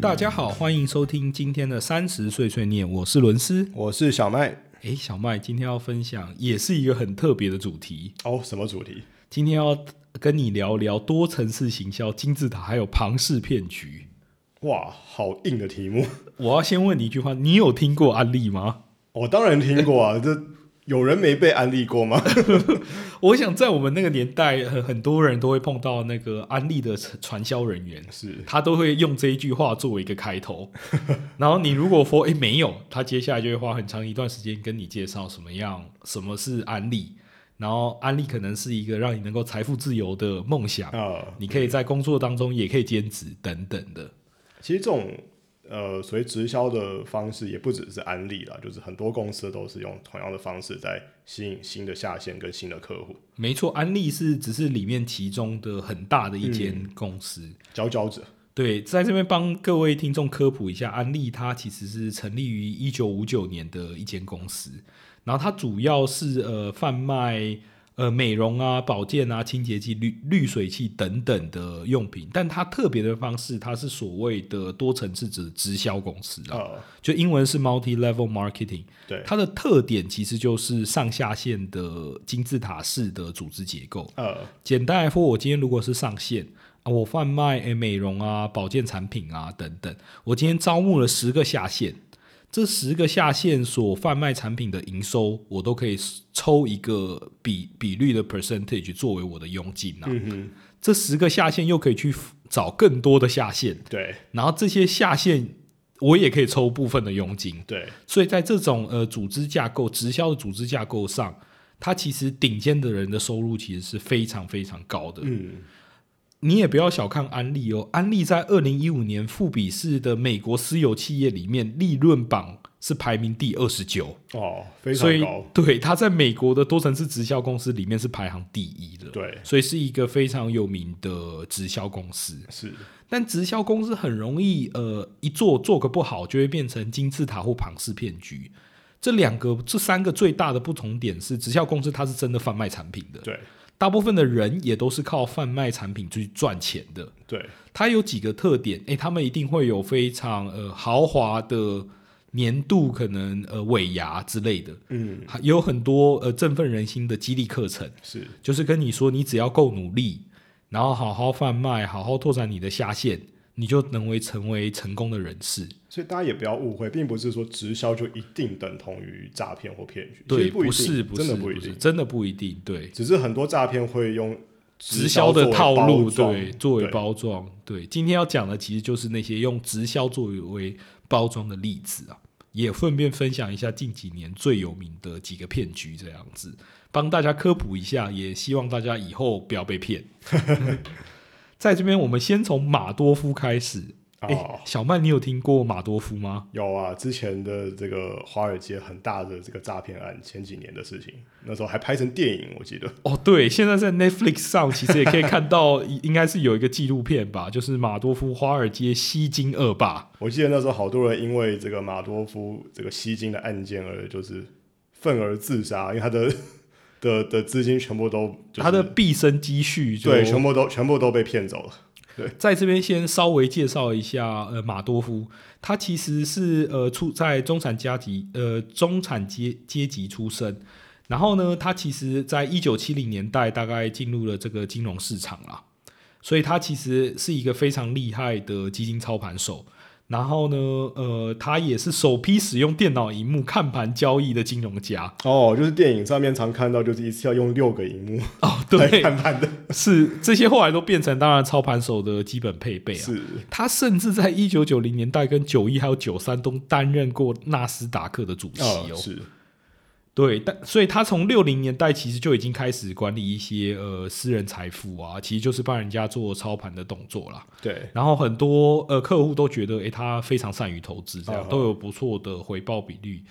大家好，欢迎收听今天的三十岁碎念，我是伦斯。我是小麦。诶，小麦今天要分享也是一个很特别的主题，哦，什么主题？今天要跟你聊聊多层次行销、金字塔还有庞氏骗局。哇，好硬的题目！ 我要先问你一句话，你有听过案例吗？我、当然听过啊， 这有人没被安利过吗？我想在我们那个年代，很很多人都会碰到那个安利的传销人员， 是他都会用这一句话作为一个开头，然后你如果说诶没有，他接下来就会花很长一段时间跟你介绍什么样什么是安利，然后安利可能是一个让你能够财富自由的梦想，啊，你可以在工作当中也可以兼职等等的。其实这种呃，所谓直销的方式也不只是安利啦，就是很多公司都是用同样的方式在吸引新的下线跟新的客户，没错，安利是只是里面其中的很大的一间公司。佼佼者。对，在这边帮各位听众科普一下，安利它其实是成立于一九五九年的一间公司，然后它主要是呃贩卖呃美容啊、保健啊、清洁剂、滤滤水器等等的用品，但它特别的方式，它是所谓的多层次直直销公司啊，呃，就英文是 multi level marketing，对，它的特点其实就是上下线的金字塔式的组织结构。呃，简单来说，我今天如果是上线啊，我贩卖诶美容啊、保健产品啊等等，我今天招募了十个下线，这十个下线所贩卖产品的营收，我都可以抽一个比比率的 percentage 作为我的佣金啊。嗯哼，这十个下线又可以去找更多的下线，对然后这些下线我也可以抽部分的佣金。对，所以在这种呃组织架构、直销的组织架构上，它其实顶尖的人的收入其实是非常非常高的。嗯，你也不要小看安利哦，安利在二零一五年富比士的美国私有企业里面利润榜是排名第二十九，哦，非所常以高，对它在美国的多层次直销公司里面是排行第一的。对，所以是一个非常有名的直销公司，是，但直销公司很容易，呃，一做做个不好，就会变成金字塔或庞氏骗局。这两个、这三个最大的不同点是，直销公司它是真的贩卖产品的，对大部分的人也都是靠贩卖产品去赚钱的。对，它有几个特点，诶，他们一定会有非常呃豪华的年度可能呃尾牙之类的，嗯，还有很多呃振奋人心的激励课程。是，就是跟你说，你只要够努力，然后好好贩卖，好好拓展你的下线，你就能为成为成功的人士。所以大家也不要误会，并不是说直销就一定等同于诈骗或骗局，其对，实不一不定是，不是，真的不一是定，真的不一定。对，只是很多诈骗会用直销销的套路，作对为，包装作为对包装，对。今天要讲的其实就是那些用直销作为包装的例子啊，也顺便分享一下近几年最有名的几个骗局，这样子帮大家科普一下，也希望大家以后不要被 骗。在这边，我们先从马多夫开始。啊、哎、小曼，你有听过马多夫吗？有啊，之前的这个华尔街很大的这个诈骗案，前几年的事情，那时候还拍成电影，我记得。哦，对，现在在 Netflix 上其实也可以看到，应应该是有一个纪录片吧，就是马多夫华尔街吸金恶霸。我记得那时候好多人因为这个马多夫这个吸金的案件而就是愤而自杀，因为他的 的的资金全部都、就是、他的毕生积蓄就对全部都全部都被骗走了。在这边先稍微介绍一下，呃，马多夫他其实是呃出在中产阶级，呃中产阶阶级出身，然后呢，他其实在一九七零年代大概进入了这个金融市场啦，所以他其实是一个非常厉害的基金操盘手。然后呢，呃，他也是首批使用电脑荧幕看盘交易的金融家。哦，就是电影上面常看到，就是一次要用六个荧幕哦，来对，看判的，是这些后来都变成当然操盘手的基本配备啊。是他甚至在一九九零年代跟九一还有九三都担任过纳斯达克的主席哦。哦，是对，但所以他从六零年代其实就已经开始管理一些呃私人财富啊，其实就是帮人家做操盘的动作啦。对，然后很多呃客户都觉得，诶，他非常善于投资，这样嗯都有不错的回报比率。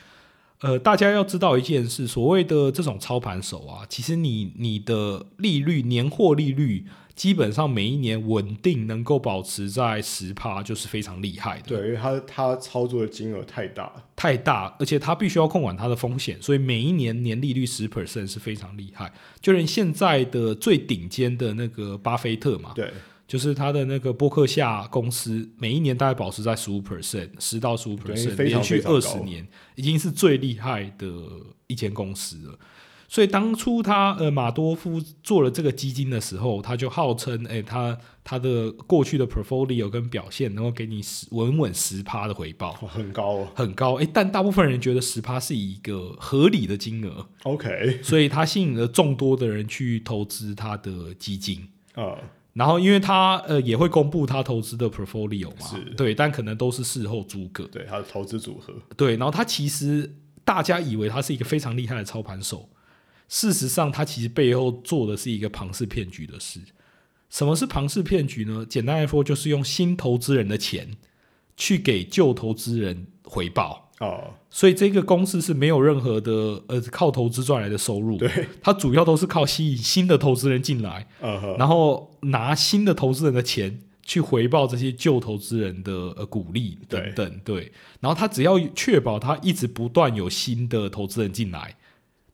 呃，大家要知道一件事，所谓的这种操盘手啊，其实你你的利率年货利率基本上每一年稳定能够保持在十趴，就是非常厉害的。对，因为他他操作的金额太大了，太大，而且他必须要控管他的风险，所以每一年年利率十 percent 是非常厉害。就连现在的最顶尖的那个巴菲特嘛，对，就是它的那个波克夏公司每一年大概保持在十五 percent，十到十五 percent，非常连续非常二高十年，已经是最厉害的一间公司了。所以当初他呃马多夫做了这个基金的时候，他就号称，哎、他他的过去的 portfolio 跟表现能够给你十稳稳十趴的回报，哦很高哦。很高。哎、但大部分人觉得十趴是一个合理的金额， OK，所以他吸引了众多的人去投资他的基金。呃，然后，因为他呃也会公布他投资的 portfolio 嘛是，对，但可能都是事后诸葛，对，他的投资组合，对。然后他其实大家以为他是一个非常厉害的操盘手，事实上他其实背后做的是一个庞氏骗局的事。什么是庞氏骗局呢？简单来说，就是用新投资人的钱去给旧投资人回报。哦、所以这个公司是没有任何的呃靠投资赚来的收入，对，它主要都是靠吸引新的投资人进来，呃呵，然后拿新的投资人的钱去回报这些旧投资人的呃鼓励等等，对。然后它只要确保它一直不断有新的投资人进来，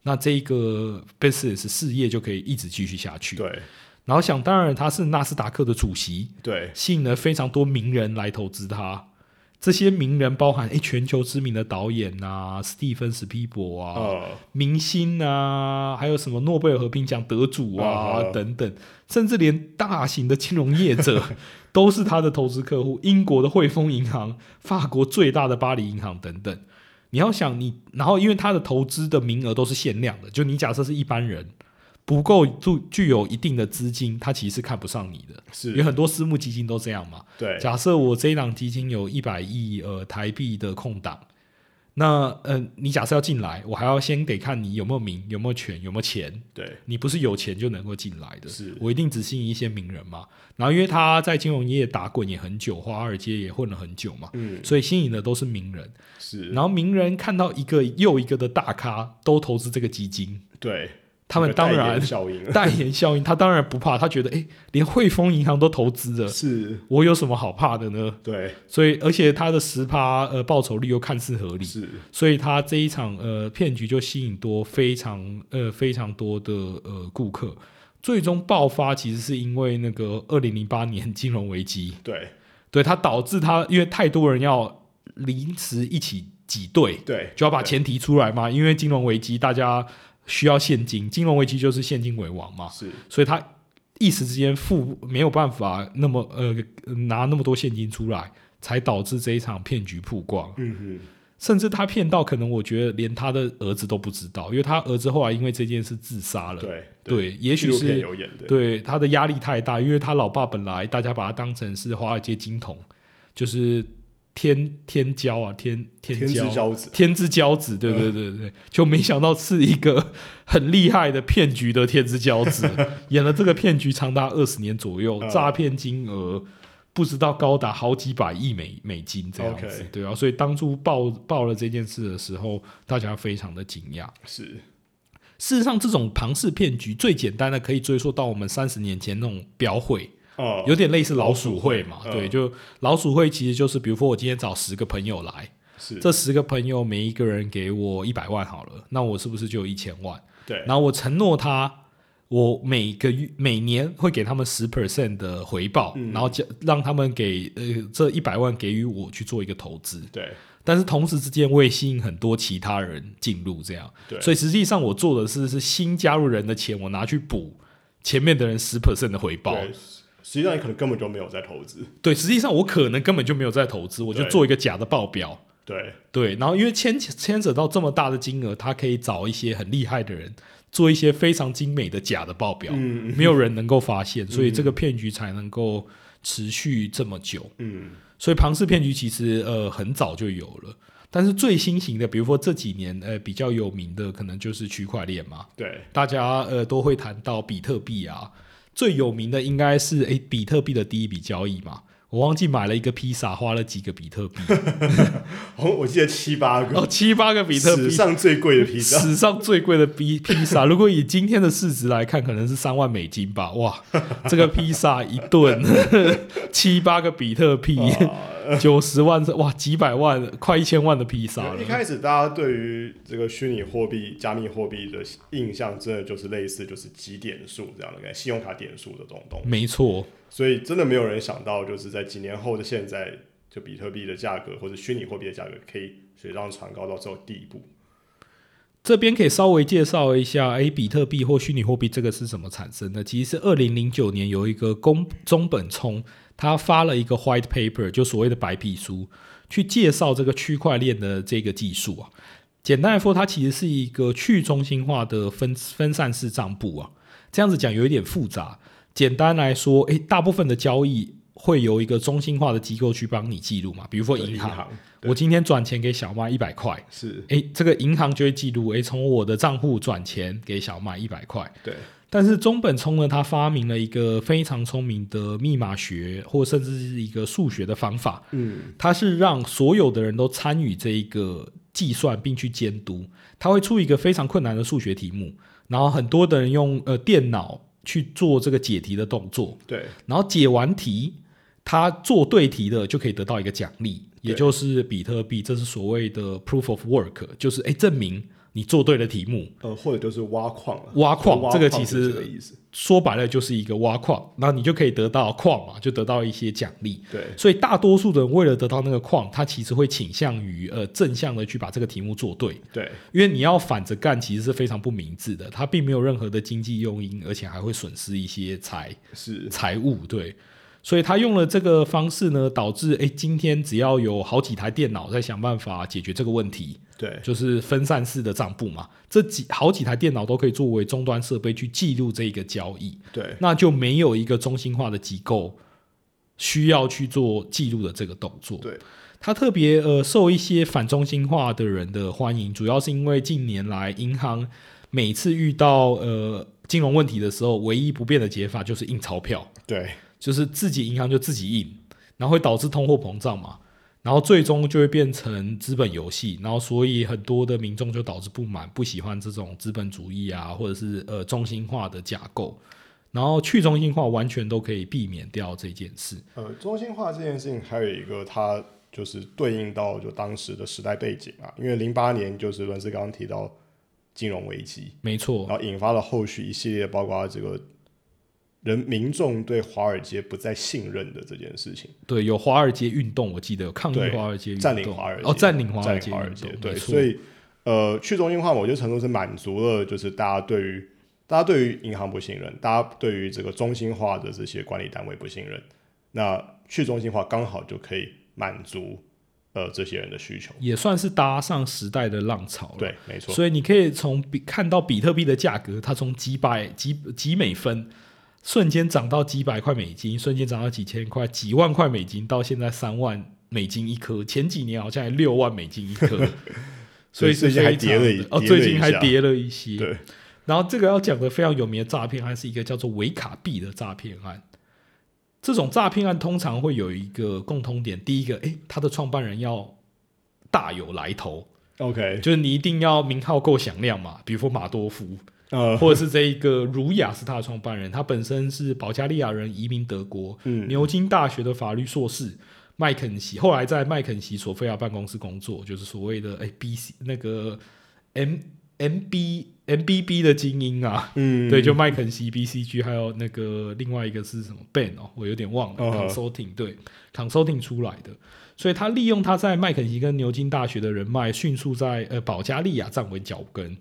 那这个 business 事业就可以一直继续下去。对然后想当然，它是纳斯达克的主席，对，吸引了非常多名人来投资他。这些名人包含诶全球知名的导演啊，史蒂芬史皮博啊，呃，明星啊，还有什么诺贝尔和平奖得主啊、嗯嗯嗯等等，甚至连大型的金融业者 都是他的投资客户，英国的汇丰银行、法国最大的巴黎银行等等。你要想你，然后因为他的投资的名额都是限量的，就你假设是一般人不够具具有一定的资金，他其实是看不上你的。有是，很多私募基金都这样嘛。对，假设我这一档基金有一百亿呃台币的空档，那呃你假设要进来，我还要先得看你有没有名、有没有权、有没有钱。对，你不是有钱就能够进来的，是我一定只吸引一些名人嘛。然后因为他在金融业打滚也很久，华尔街也混了很久嘛，嗯，所以吸引的都是名人。是，然后名人看到一个又一个的大咖都投资这个基金，对，他们有个代当言 然效应代言效应，他当然不怕，他觉得诶，连汇丰银行都投资了，是，我有什么好怕的呢？对，所以，而且他的十趴呃报酬率又看似合理，是，所以他这一场呃骗局就吸引多非常呃非常多的呃顾客，最终爆发其实是因为那个二零零八年金融危机，对，对它导致他因为太多人要临时一起挤兑，对，就要把对钱提出来嘛，因为金融危机大家需要现金，金融危机就是现金为王嘛，是，所以他一时之间付没有办法那么呃拿那么多现金出来，才导致这一场骗局曝光。嗯嗯，甚至他骗到可能我觉得连他的儿子都不知道，因为他儿子后来因为这件事自杀了。对，对，也许纪录片是有演的，对他的压力太大，因为他老爸本来大家把他当成是华尔街金童，就是天天骄啊，天天天之骄。骄子，天之骄子，对对对对，就没想到是一个很厉害的骗局的天之骄 子，演了这个骗局长达二十年左右，嗯诈骗金额不知道高达好几百亿美美金这样子 OK 对啊，所以当初爆爆了这件事的时候，大家非常的惊讶。是，事实上，这种庞氏骗局最简单的可以追溯到我们三十年前那种标会，哦、有点类似老鼠会嘛。嗯对，就老鼠会其实就是，比如说我今天找十个朋友来，是，这十个朋友每一个人给我一百万好了，那我是不是就有一千万？对，然后我承诺他，我每个月每年会给他们十 percent 的回报，嗯然后叫让他们给呃这一百万给予我去做一个投资，对，但是同时之间我也吸引很多其他人进入这样，对，所以实际上我做的是是新加入人的钱，我拿去补。前面的人十 percent 的回报，对实际上你可能根本就没有在投资，对，实际上我可能根本就没有在投资，我就对做一个假的报表，对，对，然后因为牵牵扯到这么大的金额，他可以找一些很厉害的人做一些非常精美的假的报表，嗯没有人能够发现，所以这个骗局才能够持续这么久。嗯，所以庞氏骗局其实呃很早就有了，但是最新型的，比如说这几年呃比较有名的，可能就是区块链嘛，对，大家呃都会谈到比特币啊，最有名的应该是诶比特币的第一笔交易嘛。我忘记买了一个披萨，花了几个比特币，好像我记得七八个，哦，七八 个比特币史，上最贵的披萨，史上最贵的披披萨，如果以今天的市值来看，可能是三万美金吧。哇，这个披萨一顿七八个比特币，啊九十万是哇几百万，快一千万的披萨因为一了。开始大家对于这个虚拟货币、加密货币的印象，真的就是类似就是几点数这样的，信用卡点数的这种东西。没错，所以真的没有人想到，就是在几年后的现在，就比特币的价格或者虚拟货币的价格可以水涨船高到这种地步。这边可以稍微介绍一下，诶，比特币或虚拟货币这个是怎么产生的？其实是二零零九年有一个宫中本聪，他发了一个 white paper，就所谓的白皮书，去介绍这个区块链的这个技术啊。简单来说，它其实是一个去中心化的分分散式账簿啊。这样子讲有一点复杂。简单来说，诶，大部分的交易会由一个中心化的机构去帮你记录嘛，比如说银银行。行对我今天转钱给小麦一百块，是，诶，这个银行就会记录，诶，从我的账户转钱给小麦一百块。对，但是中本聪呢，他发明了一个非常聪明的密码学，或甚至是一个数学的方法，嗯，它是让所有的人都参与这一个计算，并去监督。他会出一个非常困难的数学题目，然后很多的人用呃电脑去做这个解题的动作，对，然后解完题，他做对题的就可以得到一个奖励，对也就是比特币，这是所谓的 proof of work，就是诶证明你做对了题目。呃，或者就是挖矿了，挖矿这个其就是实这个意思，说白了就是一个挖矿，那你就可以得到矿嘛，就得到一些奖励。对，所以大多数的人为了得到那个矿，他其实会倾向于呃正向的去把这个题目做对，对，因为你要反着干其实是非常不明智的，它并没有任何的经济诱因，而且还会损失一些财是，财务，对。所以他用了这个方式呢，导致诶今天只要有好几台电脑在想办法解决这个问题，对，就是分散式的账簿嘛，这几好几台电脑都可以作为终端设备去记录这一个交易，对，那就没有一个中心化的机构需要去做记录的这个动作。对，它特别呃受一些反中心化的人的欢迎，主要是因为近年来银行每次遇到呃金融问题的时候，唯一不变的解法就是印钞票。对，就是自己银行就自己印，然后会导致通货膨胀嘛，然后最终就会变成资本游戏，然后所以很多的民众就导致不满，不喜欢这种资本主义啊，或者是呃中心化的架构，然后去中心化完全都可以避免掉这件事。呃，中心化这件事情还有一个它。就是对应到就当时的时代背景啊，因为零八年就是伦斯刚刚提到金融危机，没错，然后引发了后续一系列包括这个人民众对华尔街不再信任的这件事情，对，有华尔街运动，我记得有抗议对华尔街运动，占领华尔街，哦，占领华尔占领街华运尔街动，，对，没错所以呃，去中心化某些程度是满足了就是大家对于大家对于银行不信任，大家对于这个中心化的这些管理单位不信任，那去中心化刚好就可以满足呃这些人的需求，也算是搭上时代的浪潮了。对，没错，所以你可以从比看到比特币的价格，它从几百几几美分瞬间涨到几百块美金，瞬间涨到几千块、几万块美金，到现在三万美金一颗，前几年好像还六万美金一 颗，所以是最近非还常跌了一的哦，跌了最近一还下跌了一些。对，然后这个要讲的非常有名的诈骗案是一个叫做维卡币的诈骗案。这种诈骗案通常会有一个共通点，第一个，诶，它的创办人要大有来头， ，OK，就是你一定要名号够响亮嘛，比如说马多夫，呃，或者是这一个儒雅是他的创办人，他本身是保加利亚人，移民德国，嗯，牛津大学的法律硕士。麦肯锡后来在麦肯锡索菲亚办公室工作，就是所谓的哎 B C 那个 M M B M B B 的精英啊，嗯，对，就麦肯锡 B C G 还有那个另外一个是什么 Ben 哦，我有点忘了、嗯哼 consulting 对 consulting 出来的，所以他利用他在麦肯锡跟牛津大学的人脉，迅速在呃保加利亚站稳脚跟，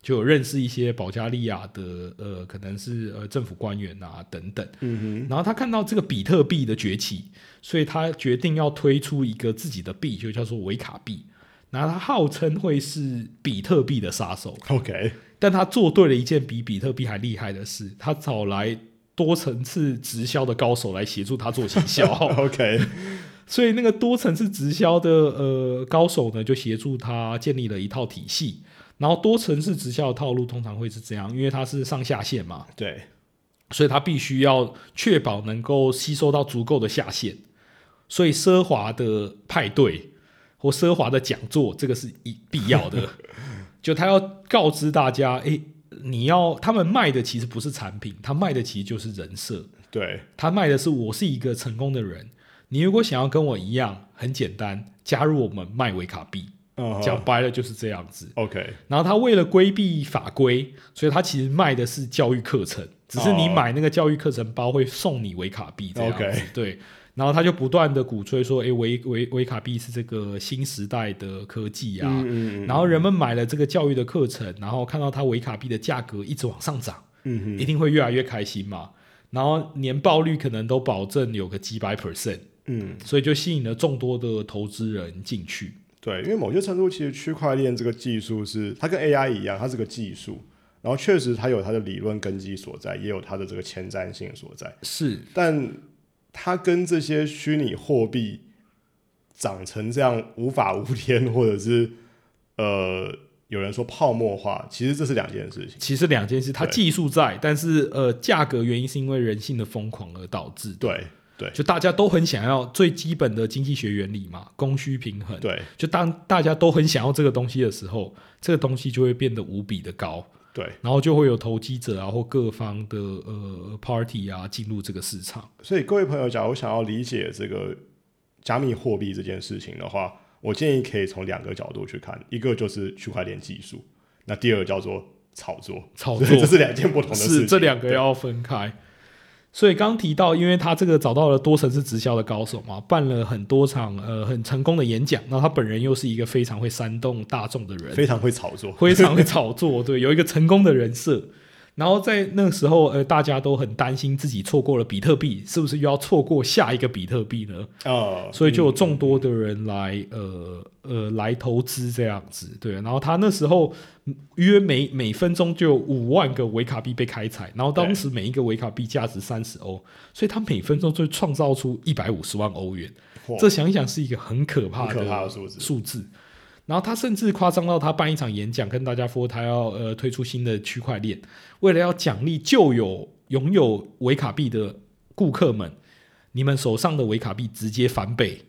就有认识一些保加利亚的呃可能是呃政府官员啊等等，嗯然后他看到这个比特币的崛起，所以他决定要推出一个自己的币，就叫做维卡币，然后他号称会是比特币的杀手。哼，OK， 但他做对了一件比比特币还厉害的事，他找来多层次直销的高手来协助他做行 销， OK，所以那个多层次直销的呃高手呢，就协助他建立了一套体系。然后多层次直销的套路通常会是这样，因为它是上下线嘛，对，所以它必须要确保能够吸收到足够的下线。所以奢华的派对或奢华的讲座，这个是一必要的。就他要告知大家，诶，你要他们卖的其实不是产品，他卖的其实就是人设，对，他卖的是我是一个成功的人。你如果想要跟我一样，很简单，加入我们卖维卡币。嗯讲哼白了就是这样子。 ，OK，然后他为了规避法规，所以他其实卖的是教育课程，只是你哦买那个教育课程包会送你维卡币这样子。 OK 对，然后他就不断的鼓吹说，诶，维维维卡币是这个新时代的科技啊。嗯嗯然后人们买了这个教育的课程，然后看到它维卡币的价格一直往上涨，嗯哼，一定会越来越开心嘛。然后年报率可能都保证有个几百 percent，嗯，所以就吸引了众多的投资人进去。对，因为某些程度其实区块链这个技术是它跟 AI 一样，它是个技术，然后确实它有它的理论根基所在，也有它的这个前瞻性所在。是，但它跟这些虚拟货币长成这样无法无天，或者是呃，有人说泡沫化，其实这是两件事情。其实两件事，它对技术在，但是呃，价格原因是因为人性的疯狂而导致的。对对就大家都很想要最基本的经济学原理嘛，供需平衡。对就当大家都很想要这个东西的时候，这个东西就会变得无比的高。对，然后就会有投机者啊或各方的呃 party 啊进入这个市场。所以各位朋友，假如想要理解这个加密货币这件事情的话，我建议可以从两个角度去看，一个就是区块链技术，那第二个叫做炒作，炒所作以 这是两件不同的事情。是这两个要分开。所以刚提到，因为他这个找到了多层次直销的高手嘛，办了很多场呃很成功的演讲，那他本人又是一个非常会煽动大众的人对， 非常会炒作。非常会炒作，对，有一个成功的人设。然后在那个时候，呃，大家都很担心自己错过了比特币，是不是又要错过下一个比特币呢？呃，所以就有众多的人来，呃呃，来投资这样子，对。然后他那时候嗯约每每分钟就有五万个维卡币被开采，然后当时每一个维卡币价值三十欧，所以他每分钟就创造出一百五十万欧元。嚯这想一想是一个很可怕很的可怕的数字。数字。然后他甚至夸张到他办一场演讲，跟大家说他要呃推出新的区块链，为了要奖励旧有拥有维卡币的顾客们，你们手上的维卡币直接翻倍。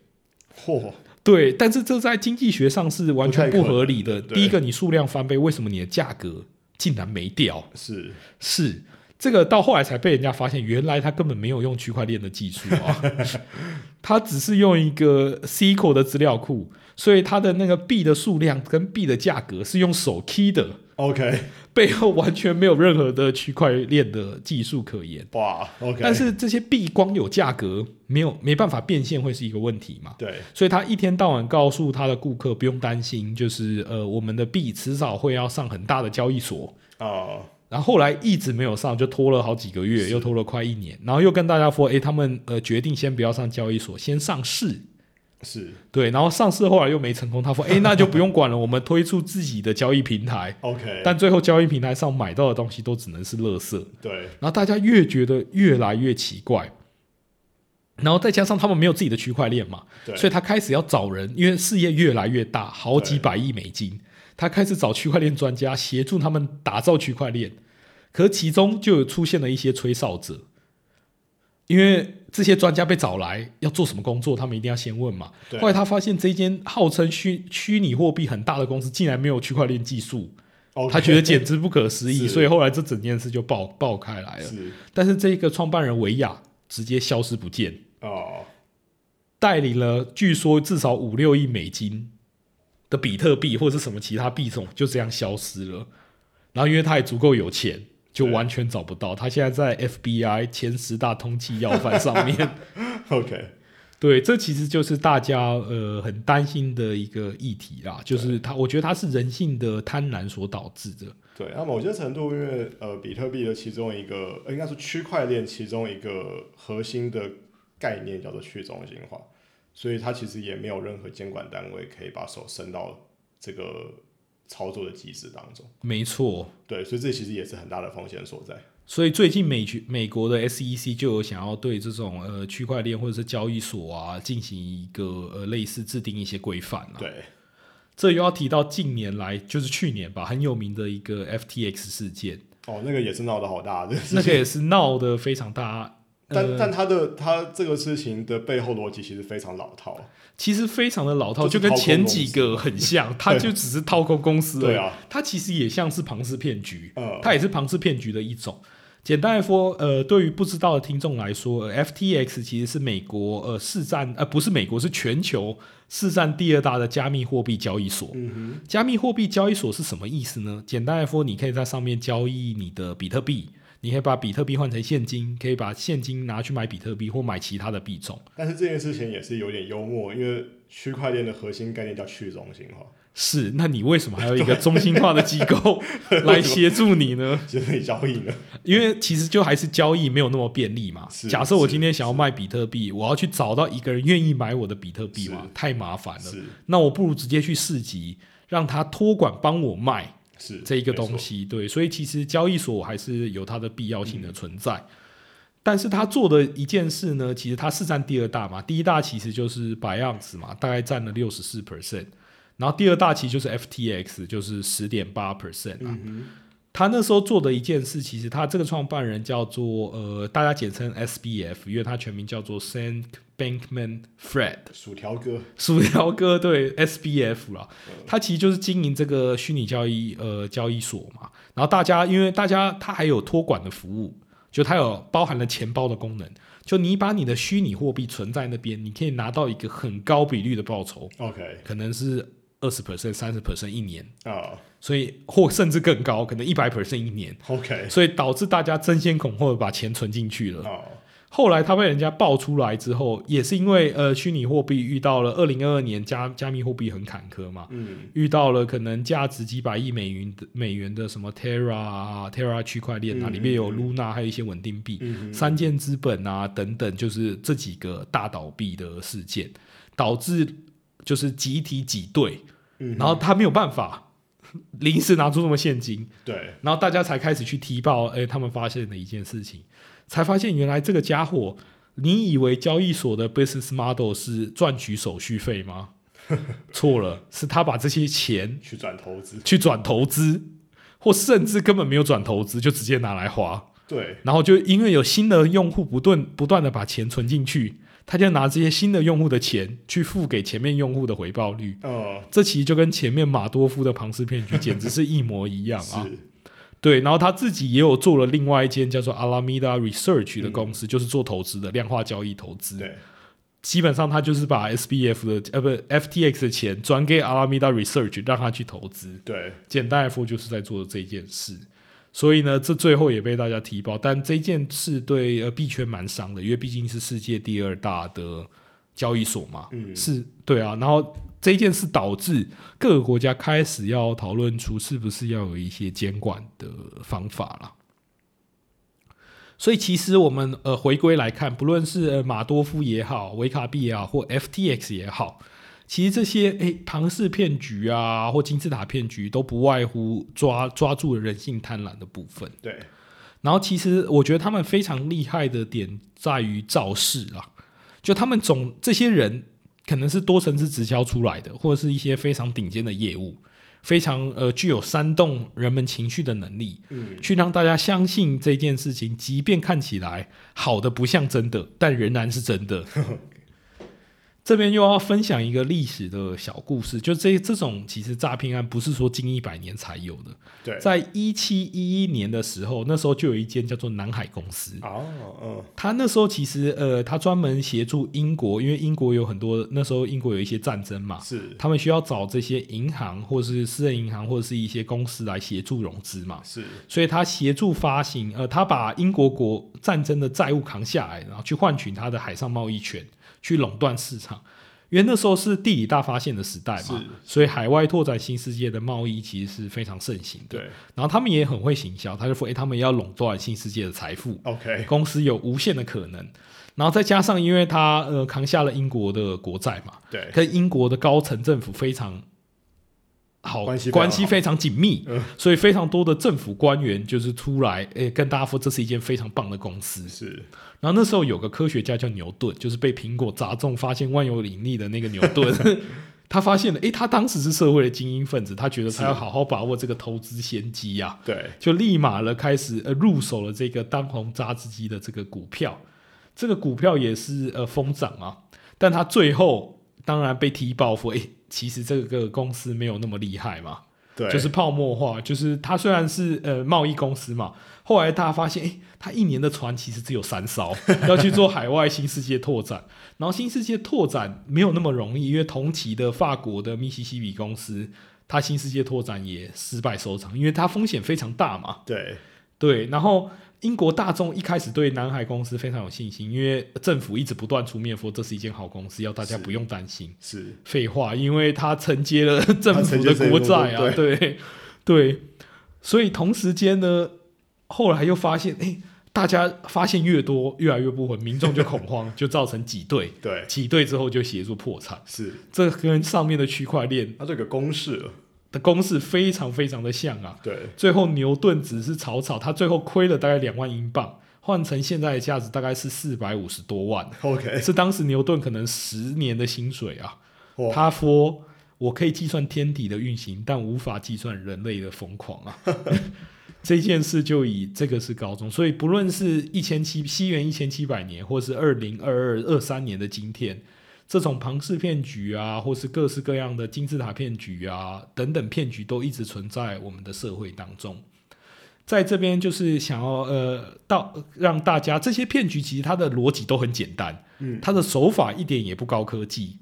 嚯，对，但是这在经济学上是完全不合理的。不太可能的对第一个，你数量翻倍，为什么你的价格竟然没掉？是是这个到后来才被人家发现，原来他根本没有用区块链的技术 啊，他只是用一个 SQL 的资料库，所以它的那个币的数量跟币的价格是用手 key 的， OK，背后完全没有任何的区块链的技术可言。哇，OK，但是这些币光有价格，没有没办法变现，会是一个问题嘛？对所以他一天到晚告诉他的顾客不用担心，就是呃，我们的币迟早会要上很大的交易所，啊，然后后来一直没有上，就拖了好几个月，又拖了快一年，然后又跟大家说，诶，他们呃决定先不要上交易所，先上市。是对，然后上市后来又没成功，他说，哎诶，那就不用管了，我们推出自己的交易平台。 OK，但最后交易平台上买到的东西都只能是垃圾，对然后大家越觉得越来越奇怪，然后再加上他们没有自己的区块链嘛，对，所以他开始要找人，因为事业越来越大，好几对百亿美金，他开始找区块链专家协助他们打造区块链。可是其中就有出现了一些吹哨者，因为这些专家被找来要做什么工作，他们一定要先问嘛。对后来他发现这间号称虚虚拟货币很大的公司竟然没有区块链技术， OK，他觉得简直不可思议，是所以后来这整件事就爆爆开来了。是但是这个创办人维亚直接消失不见。哦，带领了据说至少五六亿美金的比特币或者是什么其他币种，就这样消失了。然后因为他也足够有钱，就对完全找不到。他现在在 FBI 前十大通缉要犯上面。 OK，对，这其实就是大家呃很担心的一个议题啦，就是他，我觉得他是人性的贪婪所导致的。对，那某些程度，因为呃，比特币的其中一个，呃应该说区块链其中一个核心的概念叫做去中心化，所以它其实也没有任何监管单位可以把手伸到这个操作的机制当中。没错，对，所以这其实也是很大的风险所在。所以最近美局美国的 SEC 就有想要对这种呃区块链或者是交易所啊进行一个呃类似制定一些规范啊。对，这又要提到近年来，就是去年吧，很有名的一个 FTX 事件，哦，那个也是闹得好大的事那个情。也是闹得非常大。但呃但它的它这个事情的背后逻辑其实非常老套，其实非常的老套，就就是跟前几个很像，它就只 是掏空公司而已对啊，它其实也像是庞氏骗局，呃，它也是庞氏骗局的一种。简单来说，呃，对于不知道的听众来说、呃、，FTX 其实是美国呃市占呃不是美国是全球市占第二大的加密货币交易所。嗯加密货币交易所是什么意思呢？简单来说，你可以在上面交易你的比特币，你可以把比特币换成现金，可以把现金拿去买比特币或买其他的币种。哼，但是这件事情也是有点幽默，因为区块链的核心概念叫去中心化，是，那你为什么还有一个中心化的机构来协助你呢？就是你交易呢，因为其实就还是交易没有那么便利嘛是。假设我是今天想要卖比特币，我要去找到一个人愿意买我的比特币嘛是，太麻烦了。是那我不如直接去市集，让他托管帮我卖。是这一个东没错西。对，所以其实交易所还是有它的必要性的存在。嗯但是它做的一件事呢，其实它是占第二大嘛，第一大其实就是 Binance 嘛，大概占了六十四 percent，然后第二大其实就是 FTX，就是十点八 percent 啊。嗯他那时候做的一件事，其实他这个创办人叫做呃，大家简称 SBF，因为他全名叫做 Sam Bankman Fred。哼，薯条哥薯条哥对 SBF 啦，他其实就是经营这个虚拟交易呃交易所嘛。然后大家因为大家他还有托管的服务，就它有包含了钱包的功能。就你把你的虚拟货币存在那边，你可以拿到一个很高比率的报酬， ，OK 可能是二十 percent、三十 percent 一年，啊所以或甚至更高，可能一百 percent 一年， ，OK 所以导致大家争先恐后的把钱存进去了。啊，后来他被人家爆出来之后，也是因为呃虚拟货币遇到了二零二二年加加密货币很坎坷嘛，嗯遇到了可能价值几百亿美元的美元的什么 Terra 啊 Terra 区块链啊，嗯里面有嗯 Luna 还有一些稳定币，嗯哼，三箭资本啊等等，就是这几个大倒闭的事件，导致就是集体挤兑，嗯哼然后他没有办法 临时拿出什么现金，嗯对，然后大家才开始去踢爆，哎、他们发现的一件事情，才发现原来这个家伙，你以为交易所的 business model 是赚取手续费吗？错了，是他把这些钱去转投资，去转投资，或甚至根本没有转投资，就直接拿来花。对，然后就因为有新的用户不断不断的把钱存进去，他就拿这些新的用户的钱去付给前面用户的回报率。嗯，这其实就跟前面马多夫的庞氏骗局简直是一模一样啊！ 是，对，然后他自己也有做了另外一间叫做 Alameda Research 的公司，就是做投资的量化交易投资。对，基本上他就是把 SBF 的呃不 FTX 的钱转给 Alameda Research，让他去投资。对，简单来说，就是在做这件事。所以呢，这最后也被大家踢爆，但这件事对呃币圈蛮伤的，因为毕竟是世界第二大的交易所嘛。嗯，是对啊，然后这件事导致各个国家开始要讨论出是不是要有一些监管的方法啦。所以其实我们呃回归来看，不论是、呃、马多夫也好，维卡币也好，或 FTX 也好，其实这些诶庞氏骗局啊，或金字塔骗局，都不外乎抓抓住了人性贪婪的部分。对，然后其实我觉得他们非常厉害的点在于造势啊，就他们总这些人可能是多层次直销出来的，或者是一些非常顶尖的业务，非常呃具有煽动人们情绪的能力，嗯，去让大家相信这件事情，即便看起来好的不像真的，但仍然是真的。这边又要分享一个历史的小故事，就这这种其实诈骗案不是说近一百年才有的，对，在一七一一年的时候，那时候就有一间叫做南海公司。哦，嗯，他那时候其实呃，他专门协助英国，因为英国有很多那时候英国有一些战争嘛，是他们需要找这些银行或是私人银行或者是一些公司来协助融资嘛，是，所以他协助发行呃，他把英国国战争的债务扛下来，然后去换取他的海上贸易权，去垄断市场。因为那时候是地理大发现的时代嘛是，所以海外拓展新世界的贸易其实是非常盛行的。对然后他们也很会行销，他就说，诶，他们要垄断新世界的财富， ，OK，公司有无限的可能。然后再加上，因为他呃扛下了英国的国债嘛，对，跟英国的高层政府非常好关系非常好嗯关系非常紧密，所以非常多的政府官员就是出来，诶，跟大家说这是一间非常棒的公司。是，然后那时候有个科学家叫牛顿，就是被苹果砸中发现万有引力的那个牛 顿，他发现了，诶，他当时是社会的精英分子，他觉得他要好好把握这个投资先机啊呀、对，就立马了开始呃入手了这个当红榨汁机的这个股票，这个股票也是呃疯涨啊，但他最后当然被踢爆说，诶，其实这个公司没有那么厉害嘛，对，就是泡沫化，就是它虽然是呃贸易公司嘛，后来大家发现，诶，它一年的船其实只有三艘，要去做海外新世界拓展，然后新世界拓展没有那么容易，因为同期的法国的密西西比公司，它新世界拓展也失败收场，因为它风险非常大嘛，对对，然后英国大众一开始对南海公司非常有信心，因为政府一直不断出面说这是一间好公司，要大家是不用担心。是，废话，因为他承接了 政府的国债啊他，对对，所以同时间呢，后来又发现，哎、大家发现越多，越来越不稳，民众就恐 慌，就造成挤兑，对挤兑之后就协助破产，是，啊这跟上面的区块链它这个公式了，的公式非常非常的像啊。对最后牛顿只是草草，他最后亏了大概两万英镑，换成现在的价值大概是四百五十多万， ，OK，是当时牛顿可能十年的薪水啊。哇，他说：“我可以计算天体的运行，但无法计算人类的疯狂啊！” 这件事就以这个是高中，所以不论是一千七西元一千七百年，或是二零二二二三年的今天，这种庞氏骗局啊，或是各式各样的金字塔骗局啊等等骗局，都一直存在我们的社会当中。在这边就是想要呃，到让大家这些骗局其实它的逻辑都很简单，嗯，它的手法一点也不高科技，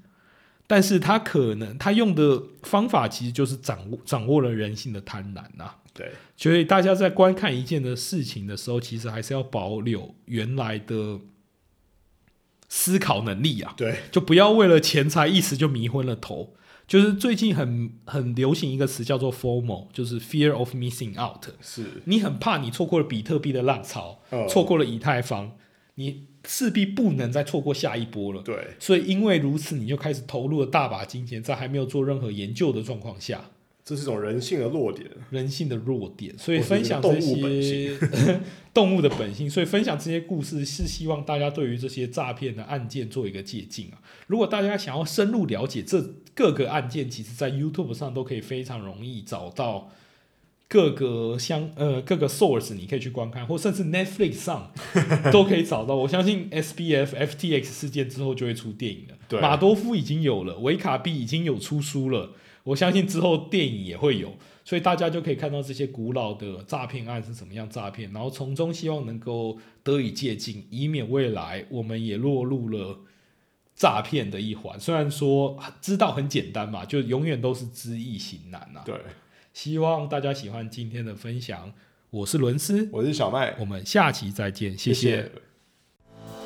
但是它可能它用的方法其实就是掌握掌握了人性的贪婪呐、对所以大家在观看一件的事情的时候，其实还是要保留原来的思考能力啊，对就不要为了钱财一时就迷昏了头。就是最近很很流行一个词叫做 “formal”，就是 “fear of missing out”。是，你很怕你错过了比特币的浪潮，嗯，错过了以太坊，你势必不能再错过下一波了。对所以因为如此，你就开始投入了大把金钱，在还没有做任何研究的状况下，这是一种人性的弱点，人性的弱点。所以或是分享动这物本些 动物的本性，所以分享这些故事是希望大家对于这些诈骗的案件做一个借鉴啊。如果大家想要深入了解这各个案件，其实在 YouTube 上都可以非常容易找到。各个相呃各个 source 你可以去观看，或甚至 Netflix 上都可以找到。我相信 SBF FTX 事件之后就会出电影了。对啊马多夫已经有了，维卡币已经有出书了，我相信之后电影也会有，所以大家就可以看到这些古老的诈骗案是怎么样诈骗，然后从中希望能够得以借鉴，以免未来我们也落入了诈骗的一环。虽然说知道很简单嘛，就永远都是知易行难呐、对，希望大家喜欢今天的分享，我是伦斯，我是小麦，我们下期再见，谢谢谢